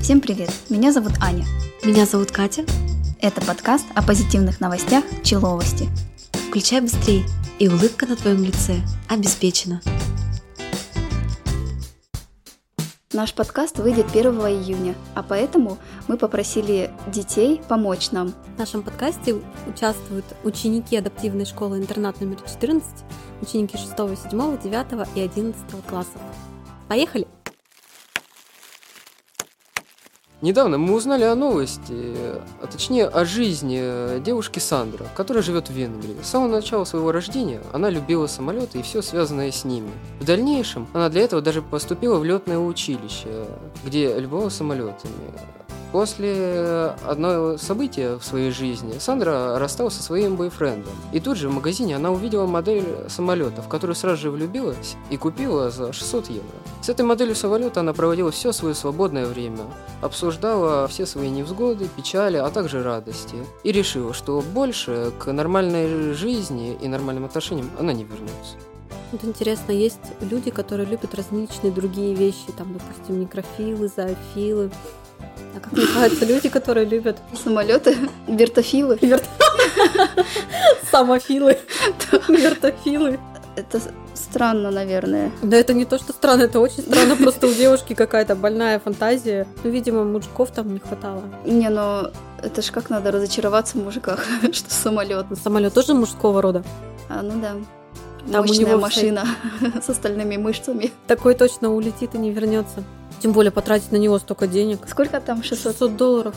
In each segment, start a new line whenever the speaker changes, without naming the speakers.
Всем привет! Меня зовут Аня.
Меня зовут Катя.
Это подкаст о позитивных новостях Человости.
Включай быстрее, и улыбка на твоем лице обеспечена.
Наш подкаст выйдет 1 июня, а поэтому мы попросили детей помочь нам.
В нашем подкасте участвуют ученики адаптивной школы-интернат номер 14, ученики 6, 7, 9 и 11 классов. Поехали!
Недавно мы узнали о новости, а точнее о жизни девушки Сандра, которая живет в Венгрии. С самого начала своего рождения она любила самолеты и все связанное с ними. В дальнейшем она для этого даже поступила в летное училище, где любовала самолетами. После одного события в своей жизни Сандра рассталась со своим бойфрендом. И тут же в магазине она увидела модель самолета, в которую сразу же влюбилась и купила за 600 евро. С этой моделью самолета она проводила все свое свободное время, обсуждала все свои невзгоды, печали, а также радости. И решила, что больше к нормальной жизни и нормальным отношениям она не вернется.
Вот интересно, есть люди, которые любят различные другие вещи, там, допустим, некрофилы, зоофилы, а как называются люди, которые любят
Самолеты, вертофилы.
самофилы, вертофилы?
Это с- странно, наверное.
Да это не то, что странно, это очень странно, просто у девушки какая-то больная фантазия. Ну, видимо, мужиков там не хватало.
Не, но это ж как надо разочароваться в мужиках, что самолет.
Ну, Самолет тоже мужского рода.
А, ну да.
Там у
Мощная
него
машина с остальными мышцами.
Такой точно улетит и не вернется. Тем более потратить на него столько денег.
Сколько там? 600?
600 долларов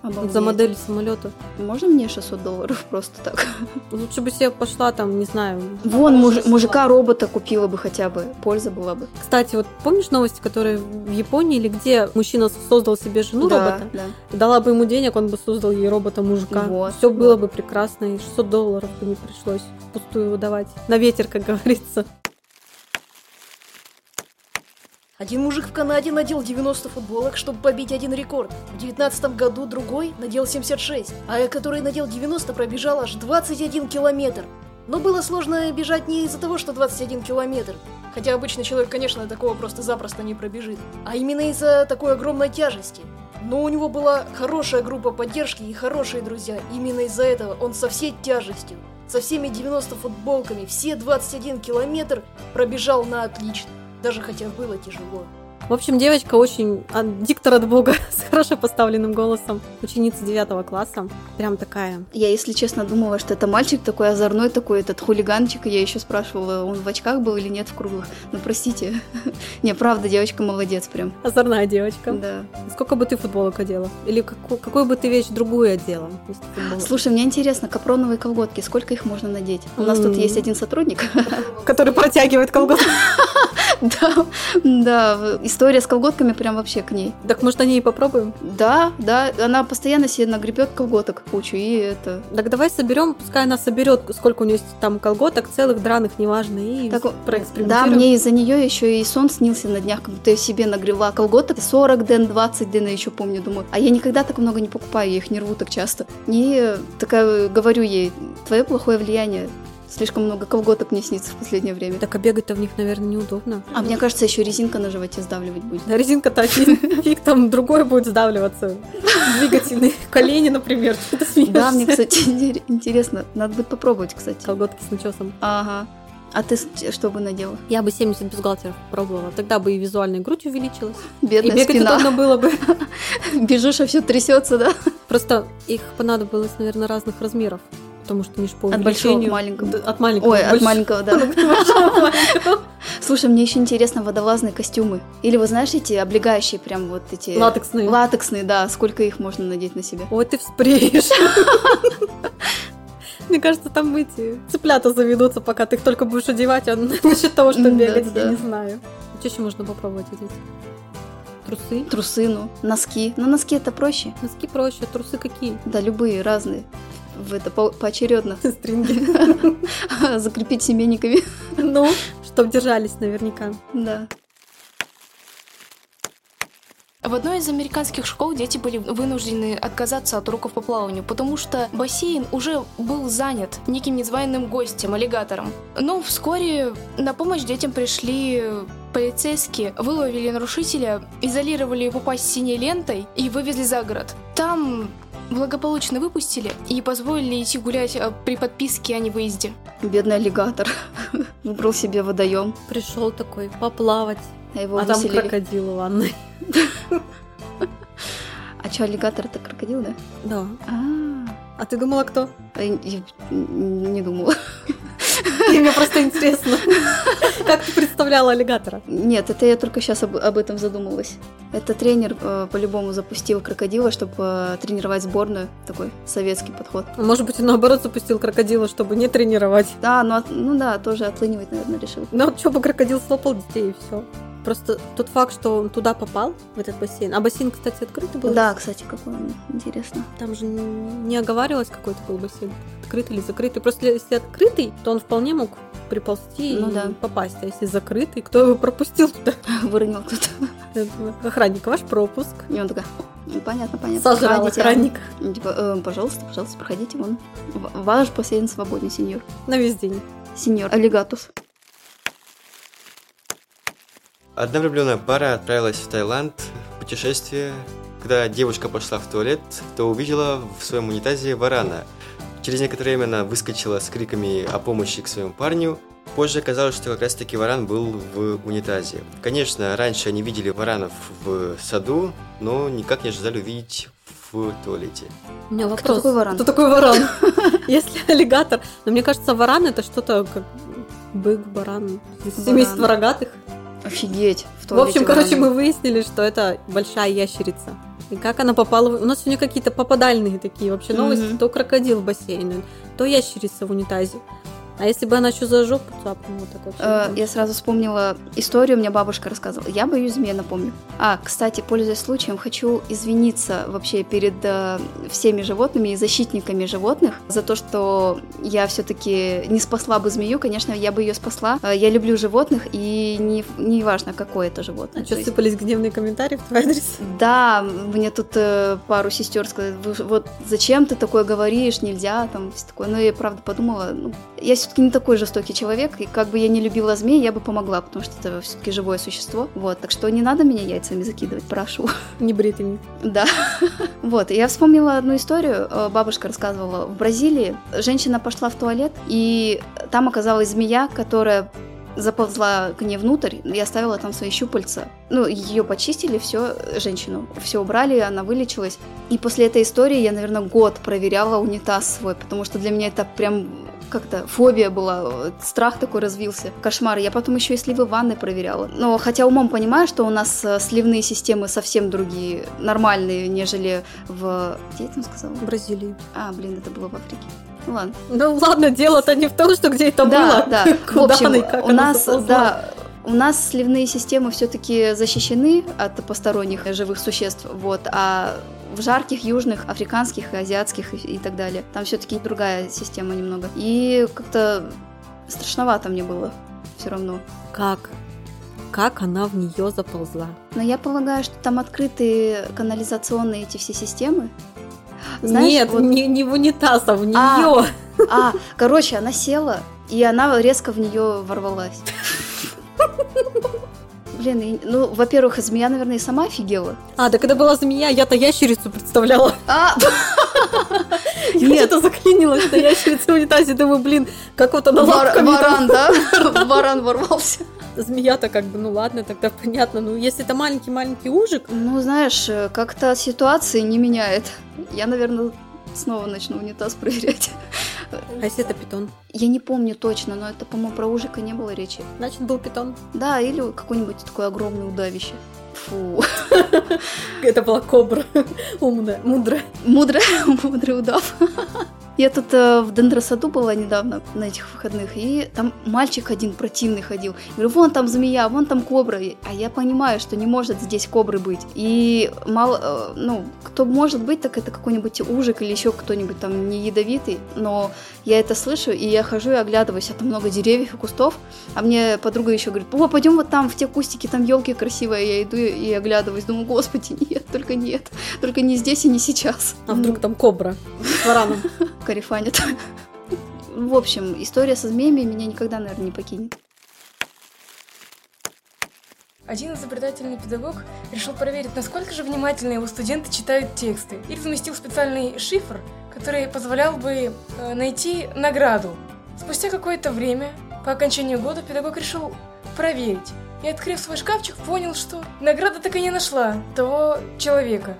за
Обалдеть. А
модель самолета.
Можно мне 600 долларов просто так?
Лучше бы себе пошла там, не знаю.
Вон, муж- мужика-робота купила бы хотя бы. Польза была бы.
Кстати, вот помнишь новости, которые в Японии или где мужчина создал себе жену
да,
Ну, робота?
да.
Дала бы ему денег, он бы создал ей робота-мужика.
Вот,
Все
вот.
было бы прекрасно, и 600 долларов бы не пришлось пустую давать. На ветер, как говорится.
Один мужик в Канаде надел 90 футболок, чтобы побить один рекорд. В 19 году другой надел 76, а который надел 90 пробежал аж 21 километр. Но было сложно бежать не из-за того, что 21 километр. Хотя обычный человек, конечно, такого просто-запросто не пробежит. А именно из-за такой огромной тяжести. Но у него была хорошая группа поддержки и хорошие друзья. Именно из-за этого он со всей тяжестью, со всеми 90 футболками, все 21 километр пробежал на отлично. Даже хотя было тяжело.
В общем, девочка очень а, диктор от бога с хорошо поставленным голосом. Ученица 9 класса. Прям такая.
Я, если честно, думала, что это мальчик такой озорной, такой этот хулиганчик. И я еще спрашивала, он в очках был или нет в круглых. Ну, простите. Не, правда, девочка молодец прям.
Озорная девочка.
Да.
Сколько бы ты футболок одела? Или каку- какую бы ты вещь другую одела? вместо футболок?
Слушай, мне интересно, капроновые колготки, сколько их можно надеть? У нас тут
М.
есть один сотрудник.
Который протягивает колготки.
Да, да, в- история с колготками прям вообще к ней.
Так может они и попробуем?
Да, да, она постоянно себе нагребет колготок кучу, и это...
Так давай соберем, пускай она соберет, сколько у нее есть там колготок, целых, драных, неважно, и
Так,
проэкспериментируем.
Да, мне из-за нее еще и сон снился на днях, как будто я себе А нагрела колготок 40 ден, 20 ден, я еще помню, думаю. А я никогда так много не покупаю, я их не рву так часто. И такая говорю ей, твое плохое влияние, слишком много колготок мне снится в последнее время.
Так а бегать-то в них, наверное, неудобно.
А мне кажется, еще резинка на животе сдавливать будет.
Да, резинка-то один фиг, там другой будет сдавливаться. Двигательные колени, например. Что ты смеешься?
Да, мне, кстати, интер- интересно. Надо будет попробовать, кстати.
Колготки с начесом.
Ага. А ты с- что бы надела?
Я бы 70 бюстгальтеров пробовала. Тогда бы и визуальная грудь увеличилась. и
Бедная
бегать
спина.
удобно было бы.
Бежишь, а все трясется, да?
Просто их понадобилось, наверное, разных размеров. Потому что они ж по
От большого к
увеличению-
маленькому.
Да, От маленького.
Ой,
к
от
больш-
маленького, да.
к большому, к маленькому.
Слушай, мне еще интересно водолазные костюмы. Или вы знаешь эти облегающие прям вот эти...
Латексные.
Латексные, да. Сколько их можно надеть на себя?
Ой, ты вспреешь. Мне кажется, там эти цыплята заведутся, пока ты их только будешь одевать, а насчет того, что
М,
бегать, я
да-да.
не знаю. Что еще можно попробовать одеть? Трусы?
Трусы, ну, носки. Но носки это проще.
Носки проще, а трусы какие?
Да, любые, разные. В это по- поочередно.
Стринги.
Закрепить семейниками.
Ну, чтоб держались наверняка.
Да.
В одной из американских школ дети были вынуждены отказаться от уроков по плаванию, потому что бассейн уже был занят неким незваным гостем, аллигатором. Но вскоре на помощь детям пришли Полицейские выловили нарушителя, изолировали его пасть синей лентой и вывезли за город. Там благополучно выпустили и позволили идти гулять э, при подписке о невыезде.
Бедный аллигатор. Выбрал себе водоем,
Пришел такой поплавать,
а его
а там
выселили.
крокодил в ванной.
А что, аллигатор это крокодил, да?
Да.
А,
А ты думала, кто?
а я- я не думала.
Мне просто интересно, как ты представляла аллигатора?
Нет, это я только сейчас об, об этом задумалась. Это тренер э, по-любому запустил крокодила, чтобы э, тренировать сборную. Такой советский подход.
А Может быть, он наоборот запустил крокодила, чтобы не тренировать.
Да, ну, от- ну да, тоже отлынивать, наверное, решил.
Ну, вот чтобы крокодил слопал детей, и все. Просто тот факт, что он туда попал, в этот бассейн. А бассейн, кстати, открытый был?
Да, кстати, какой он, интересно.
Там же не оговаривалось, какой это был бассейн. Открытый или закрытый. Просто если открытый, то он вполне мог приползти
Ну
и
да.
попасть. А если закрытый, кто его пропустил туда?
Выронил кто-то.
Я думаю, Охранник, ваш пропуск.
И он такой, «Ну, понятно, понятно.
Сожрал
проходите».
охранника
Ну, Типа, «Э, пожалуйста, пожалуйста, проходите вон. В- Ваш бассейн свободен, сеньор.
на весь день.
Сеньор Аллигатус.
Одна влюбленная пара отправилась в Таиланд в путешествие. Когда девушка пошла в туалет, то увидела в своем унитазе варана. Через некоторое время она выскочила с криками о помощи к своему парню. Позже оказалось, что как раз-таки варан был в унитазе. Конечно, раньше они видели варанов в саду, но никак не ожидали увидеть в туалете.
У меня вопрос.
такой варан?
Кто такой варан? Если аллигатор. Но мне кажется, варан это что-то как бык, баран,
Баран.
семейство рогатых.
Офигеть. В,
В
туалете
общем, короче, мы
вороны.
выяснили, что это большая ящерица. И как она попала... в- У нас сегодня какие-то попадальные такие вообще новости.
Мгм.
То крокодил в бассейне, то ящерица в унитазе. А если бы она еще за жопу цапнула, так вообще...
Э,
бы-
Я сразу вспомнила историю, мне бабушка рассказывала. Я боюсь змея, напомню. А, кстати, пользуясь случаем, хочу извиниться вообще перед э, всеми животными и защитниками животных за то, что я все-таки не спасла бы змею. Конечно, я бы ее спасла. Э, Я люблю животных, и не, не важно, какое это животное.
А что,
То есть-
сыпались гневные комментарии в твой адрес?
Да, мне тут э, пару сестер сказали, «Вы- вот зачем ты такое говоришь, нельзя, там, все такое. Но я правда подумала, ну, я все-таки не такой жестокий человек, и как бы я не любила змей, я бы помогла, потому что это все-таки живое существо, вот, так что не надо меня яйцами закидывать, прошу.
Небритыми.
Да. Вот, и я вспомнила одну историю, э, бабушка рассказывала. В Бразилии женщина пошла в туалет, и там оказалась змея, которая заползла к ней внутрь и оставила там свои щупальца. Ну, ее почистили, все, женщину, все убрали, она вылечилась. И после этой истории я, наверное, год проверяла унитаз свой, потому что для меня это прям как-то фобия была, э, страх такой развился, кошмар. Я потом еще и сливы в ванной проверяла. Но хотя умом понимаю, что у нас э, сливные системы совсем другие, нормальные, нежели в... Где я там сказала?
В Бразилии.
А, блин, это было в Африке. Ну ладно.
Ну ладно, дело-то не в том, что где это
да,
было.
да. В
Куда
общем,
она и как
у
она
нас,
заползла.
да, у нас сливные системы все-таки защищены от посторонних э, живых существ, вот, а в жарких, южных, африканских, и азиатских и, и так далее. Там все-таки другая система немного. И как-то страшновато мне было все равно.
Как? Как она в нее заползла?
Но я полагаю, что там открытые канализационные эти все системы. Знаешь,
Нет,
вот-
не, не в унитаз, а в нее.
А. А, короче, она села, и она резко в нее ворвалась. Блин, и- ну, во-первых, змея, наверное, и сама офигела.
А, да когда была змея, я-то ящерицу представляла.
А,
Я что-то заклинилась на ящерице в унитазе. Думаю, блин, как вот она
вар-
лапками там.
варан, да? Варан ворвался.
Змея-то как бы, ну ладно, тогда понятно. Ну, если это маленький-маленький ужик,
Ну, знаешь, э, как-то ситуации не меняет. Я, наверное, снова начну унитаз проверять.
а если это питон?
Я не помню точно, но это, по-моему, про ужика не было речи.
Значит, был питон.
Да, или какое-нибудь такое огромное удавище. Фу.
Это была кобра. Умная, мудрая.
Мудрый, мудрый удав. Я тут э, в Дендросаду была недавно на этих выходных, и там мальчик один противный ходил. Я говорю, вон там змея, вон там кобра. И- А я понимаю, что не может здесь кобры быть. И мало, э, ну, кто может быть, так это какой-нибудь ужик или еще кто-нибудь там не ядовитый. Но я это слышу, и я хожу и оглядываюсь, а там много деревьев и кустов. А мне подруга еще говорит, о, пойдем вот там в те кустики, там елки красивые. Я иду и оглядываюсь, думаю, господи, нет, только нет, только не здесь и не сейчас.
А вдруг там кобра с вараном?
Карифанит. В общем, история со змеями меня никогда, наверное, не покинет.
Один изобретательный педагог решил проверить, насколько же внимательно его студенты читают тексты, и разместил специальный шифр, который позволял бы э, найти награду. Спустя какое-то время, по окончанию года, педагог решил проверить. И, открыв свой шкафчик, понял, что награда так и не нашла того человека.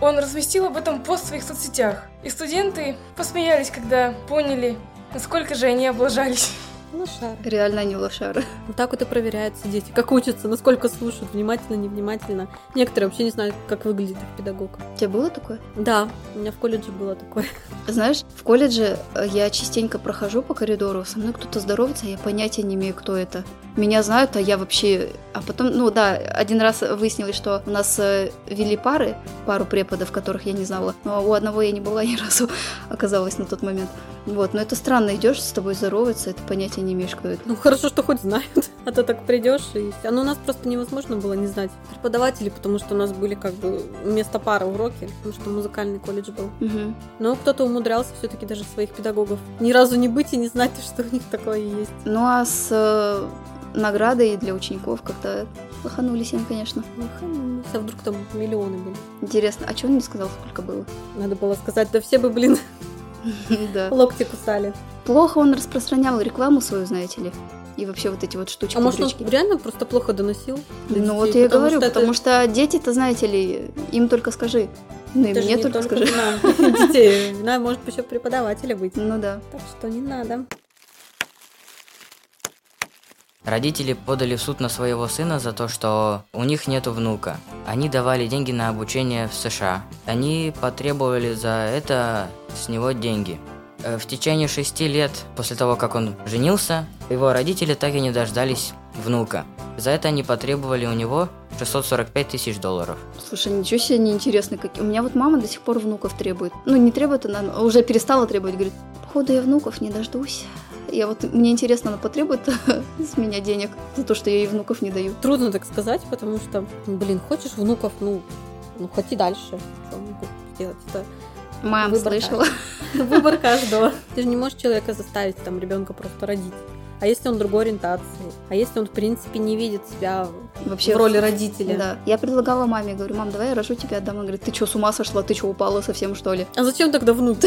Он разместил об этом пост в своих соцсетях. И студенты посмеялись, когда поняли, насколько же они облажались.
Лошара.
Реально не лошара.
Вот так вот и проверяются дети, как учатся, насколько слушают, внимательно, невнимательно. Некоторые вообще не знают, как выглядит их педагог.
У тебя было такое?
Да, у меня в колледже было такое.
Знаешь, в колледже э, я частенько прохожу по коридору, со мной кто-то здоровается, а я понятия не имею, кто это. Меня знают, а я вообще... А потом, ну да, один раз выяснилось, что у нас э, вели пары, пару преподов, которых я не знала, но у одного я не была ни разу, оказалось, на тот момент. Вот, но это странно, идешь с тобой здороваться, это понятия не имеешь, кто это.
Ну, хорошо, что хоть знают. А то так придешь и... всё. Ну, у нас просто невозможно было не знать преподавателей, потому что у нас были как бы вместо пары уроки, потому что музыкальный колледж был.
Мгм.
Но кто-то умудрялся все-таки даже своих педагогов ни разу не быть и не знать, что у них такое есть.
Ну а с э, наградой для учеников как-то лоханулись им, конечно.
Ну, хм, а вдруг там миллионы были.
Интересно, а чего он не сказал, сколько было?
Надо было сказать, да все бы, блин,
Да.
локти кусали.
Плохо он распространял рекламу свою, знаете ли. И вообще вот эти вот штучки.
А может, он
пудрички.
реально просто плохо доносил? до
Ну вот
детей?
я и говорю,
это-
потому что дети-то, знаете ли, им только скажи. Ну и
это же
мне
не
только скажи.
вина детей. Вина может еще преподавателя быть.
Ну да.
Так что не надо.
Родители подали в суд на своего сына за то, что у них нету внука. Они давали деньги на обучение в США. Они потребовали за это с него деньги. Э, В течение шести лет после того, как он женился, его родители так и не дождались внука. За это они потребовали у него 645 тысяч долларов.
Слушай, ничего себе неинтересно. Как... У меня вот мама до сих пор внуков требует. Ну не требует она, но уже перестала требовать. Говорит, походу я внуков не дождусь. Я вот, мне интересно, она потребует с меня денег за то, что я ей внуков не даю.
Трудно так сказать, потому что, блин, хочешь внуков, ну, ну хоть и дальше. Что могу делать? Это
Мам,
Выбор, да.
слышала?
выбор каждого. Ты же не можешь человека заставить там ребенка просто родить. А если он другой ориентации? А если он, в принципе, не видит себя
Вообще
в роли родителя?
Да. Я предлагала маме, говорю, мам, давай я рожу тебя отдам. Она говорит, ты что, с ума сошла? Ты что, упала совсем, что ли?
А зачем тогда внук?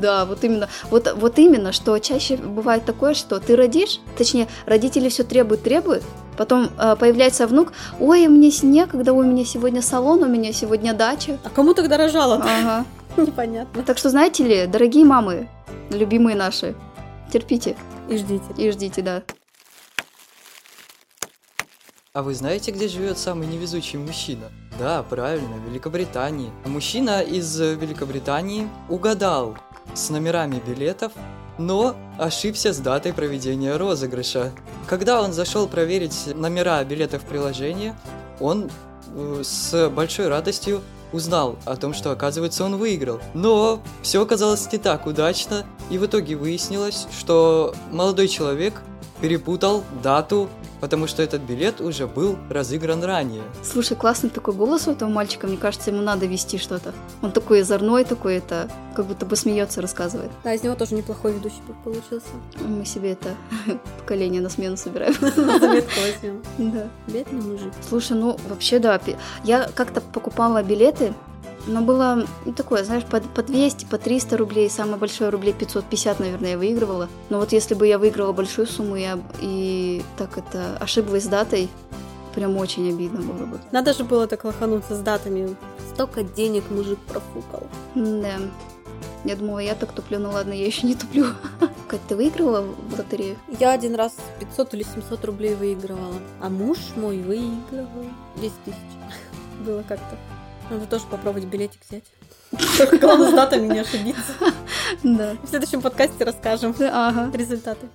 Да, вот именно. Вот, вот именно, что чаще бывает такое, что ты родишь, точнее, родители все требуют, требуют, потом э, появляется внук, ой, мне с- некогда, ой, у меня сегодня салон, у меня сегодня дача.
А кому тогда рожала?
Ага.
Непонятно.
Так что, знаете ли, дорогие мамы, любимые наши, терпите
И ждите.
и ждите, да.
А вы знаете, где живет самый невезучий мужчина? Да, правильно, в Великобритании. А Мужчина из э, Великобритании угадал с номерами билетов, но ошибся с датой проведения розыгрыша. Когда он зашел проверить номера билетов приложения, он э, с большой радостью узнал о том, что, оказывается, он выиграл. Но все оказалось не так удачно, и в итоге выяснилось, что молодой человек перепутал дату потому что этот билет уже был разыгран ранее.
Слушай, классный такой голос у этого мальчика, мне кажется, ему надо вести что-то. Он такой озорной, такой это, как будто бы смеется, рассказывает.
Да, А из него тоже неплохой ведущий бы получился.
Мы себе это поколение на смену собираем.
На заметку возьмем.
Да.
Бедный мужик.
Слушай, ну вообще да, пи- я как-то покупала билеты, но было ну, такое, знаешь, по, по 200, по 300 рублей, самое большое рублей 550, наверное, я выигрывала. Но вот если бы я выиграла большую сумму я, и так это ошиблась с датой, прям очень обидно было бы.
Надо же было так лохануться с датами. Столько денег мужик профукал.
Да. Я думала, я так туплю, ну ладно, я еще не туплю. Кать, ты выиграла в лотерею?
Я один раз 500 или 700 рублей выигрывала. А муж мой выигрывал 10 тысяч. Было как-то. Надо тоже попробовать билетик взять. Только главное с датами не ошибиться.
Да.
В следующем подкасте расскажем
Ага.
результаты.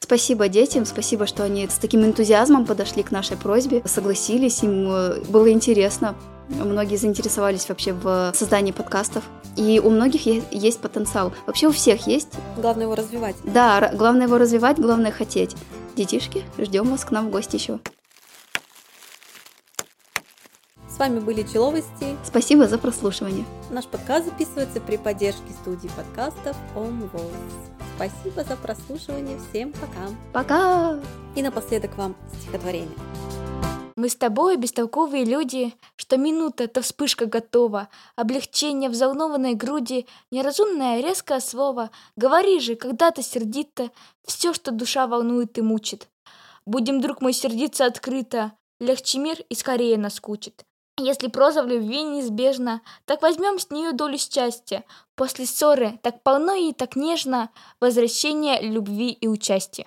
Спасибо детям, спасибо, что они с таким энтузиазмом подошли к нашей просьбе, согласились, им э, было интересно. Многие заинтересовались вообще в э, создании подкастов. И у многих е- есть потенциал. Вообще у всех есть.
Главное его развивать.
Да, р- главное его развивать, главное хотеть. Детишки, ждем вас к нам в гости еще.
С вами были Человости.
Спасибо за прослушивание.
Наш подкаст записывается при поддержке студии подкастов On Voice. Спасибо за прослушивание. Всем пока.
Пока!
И напоследок вам стихотворение.
Мы с тобой бестолковые люди, что минута, то вспышка готова. Облегчение взволнованной груди, неразумное резкое слово. Говори же, когда ты сердито, все, что душа волнует и мучит. Будем, друг мой, сердиться открыто, легче мир и скорее наскучит. Если проза в любви неизбежна, так возьмем с нее долю счастья. После ссоры так полно и так нежно возвращение любви и участия.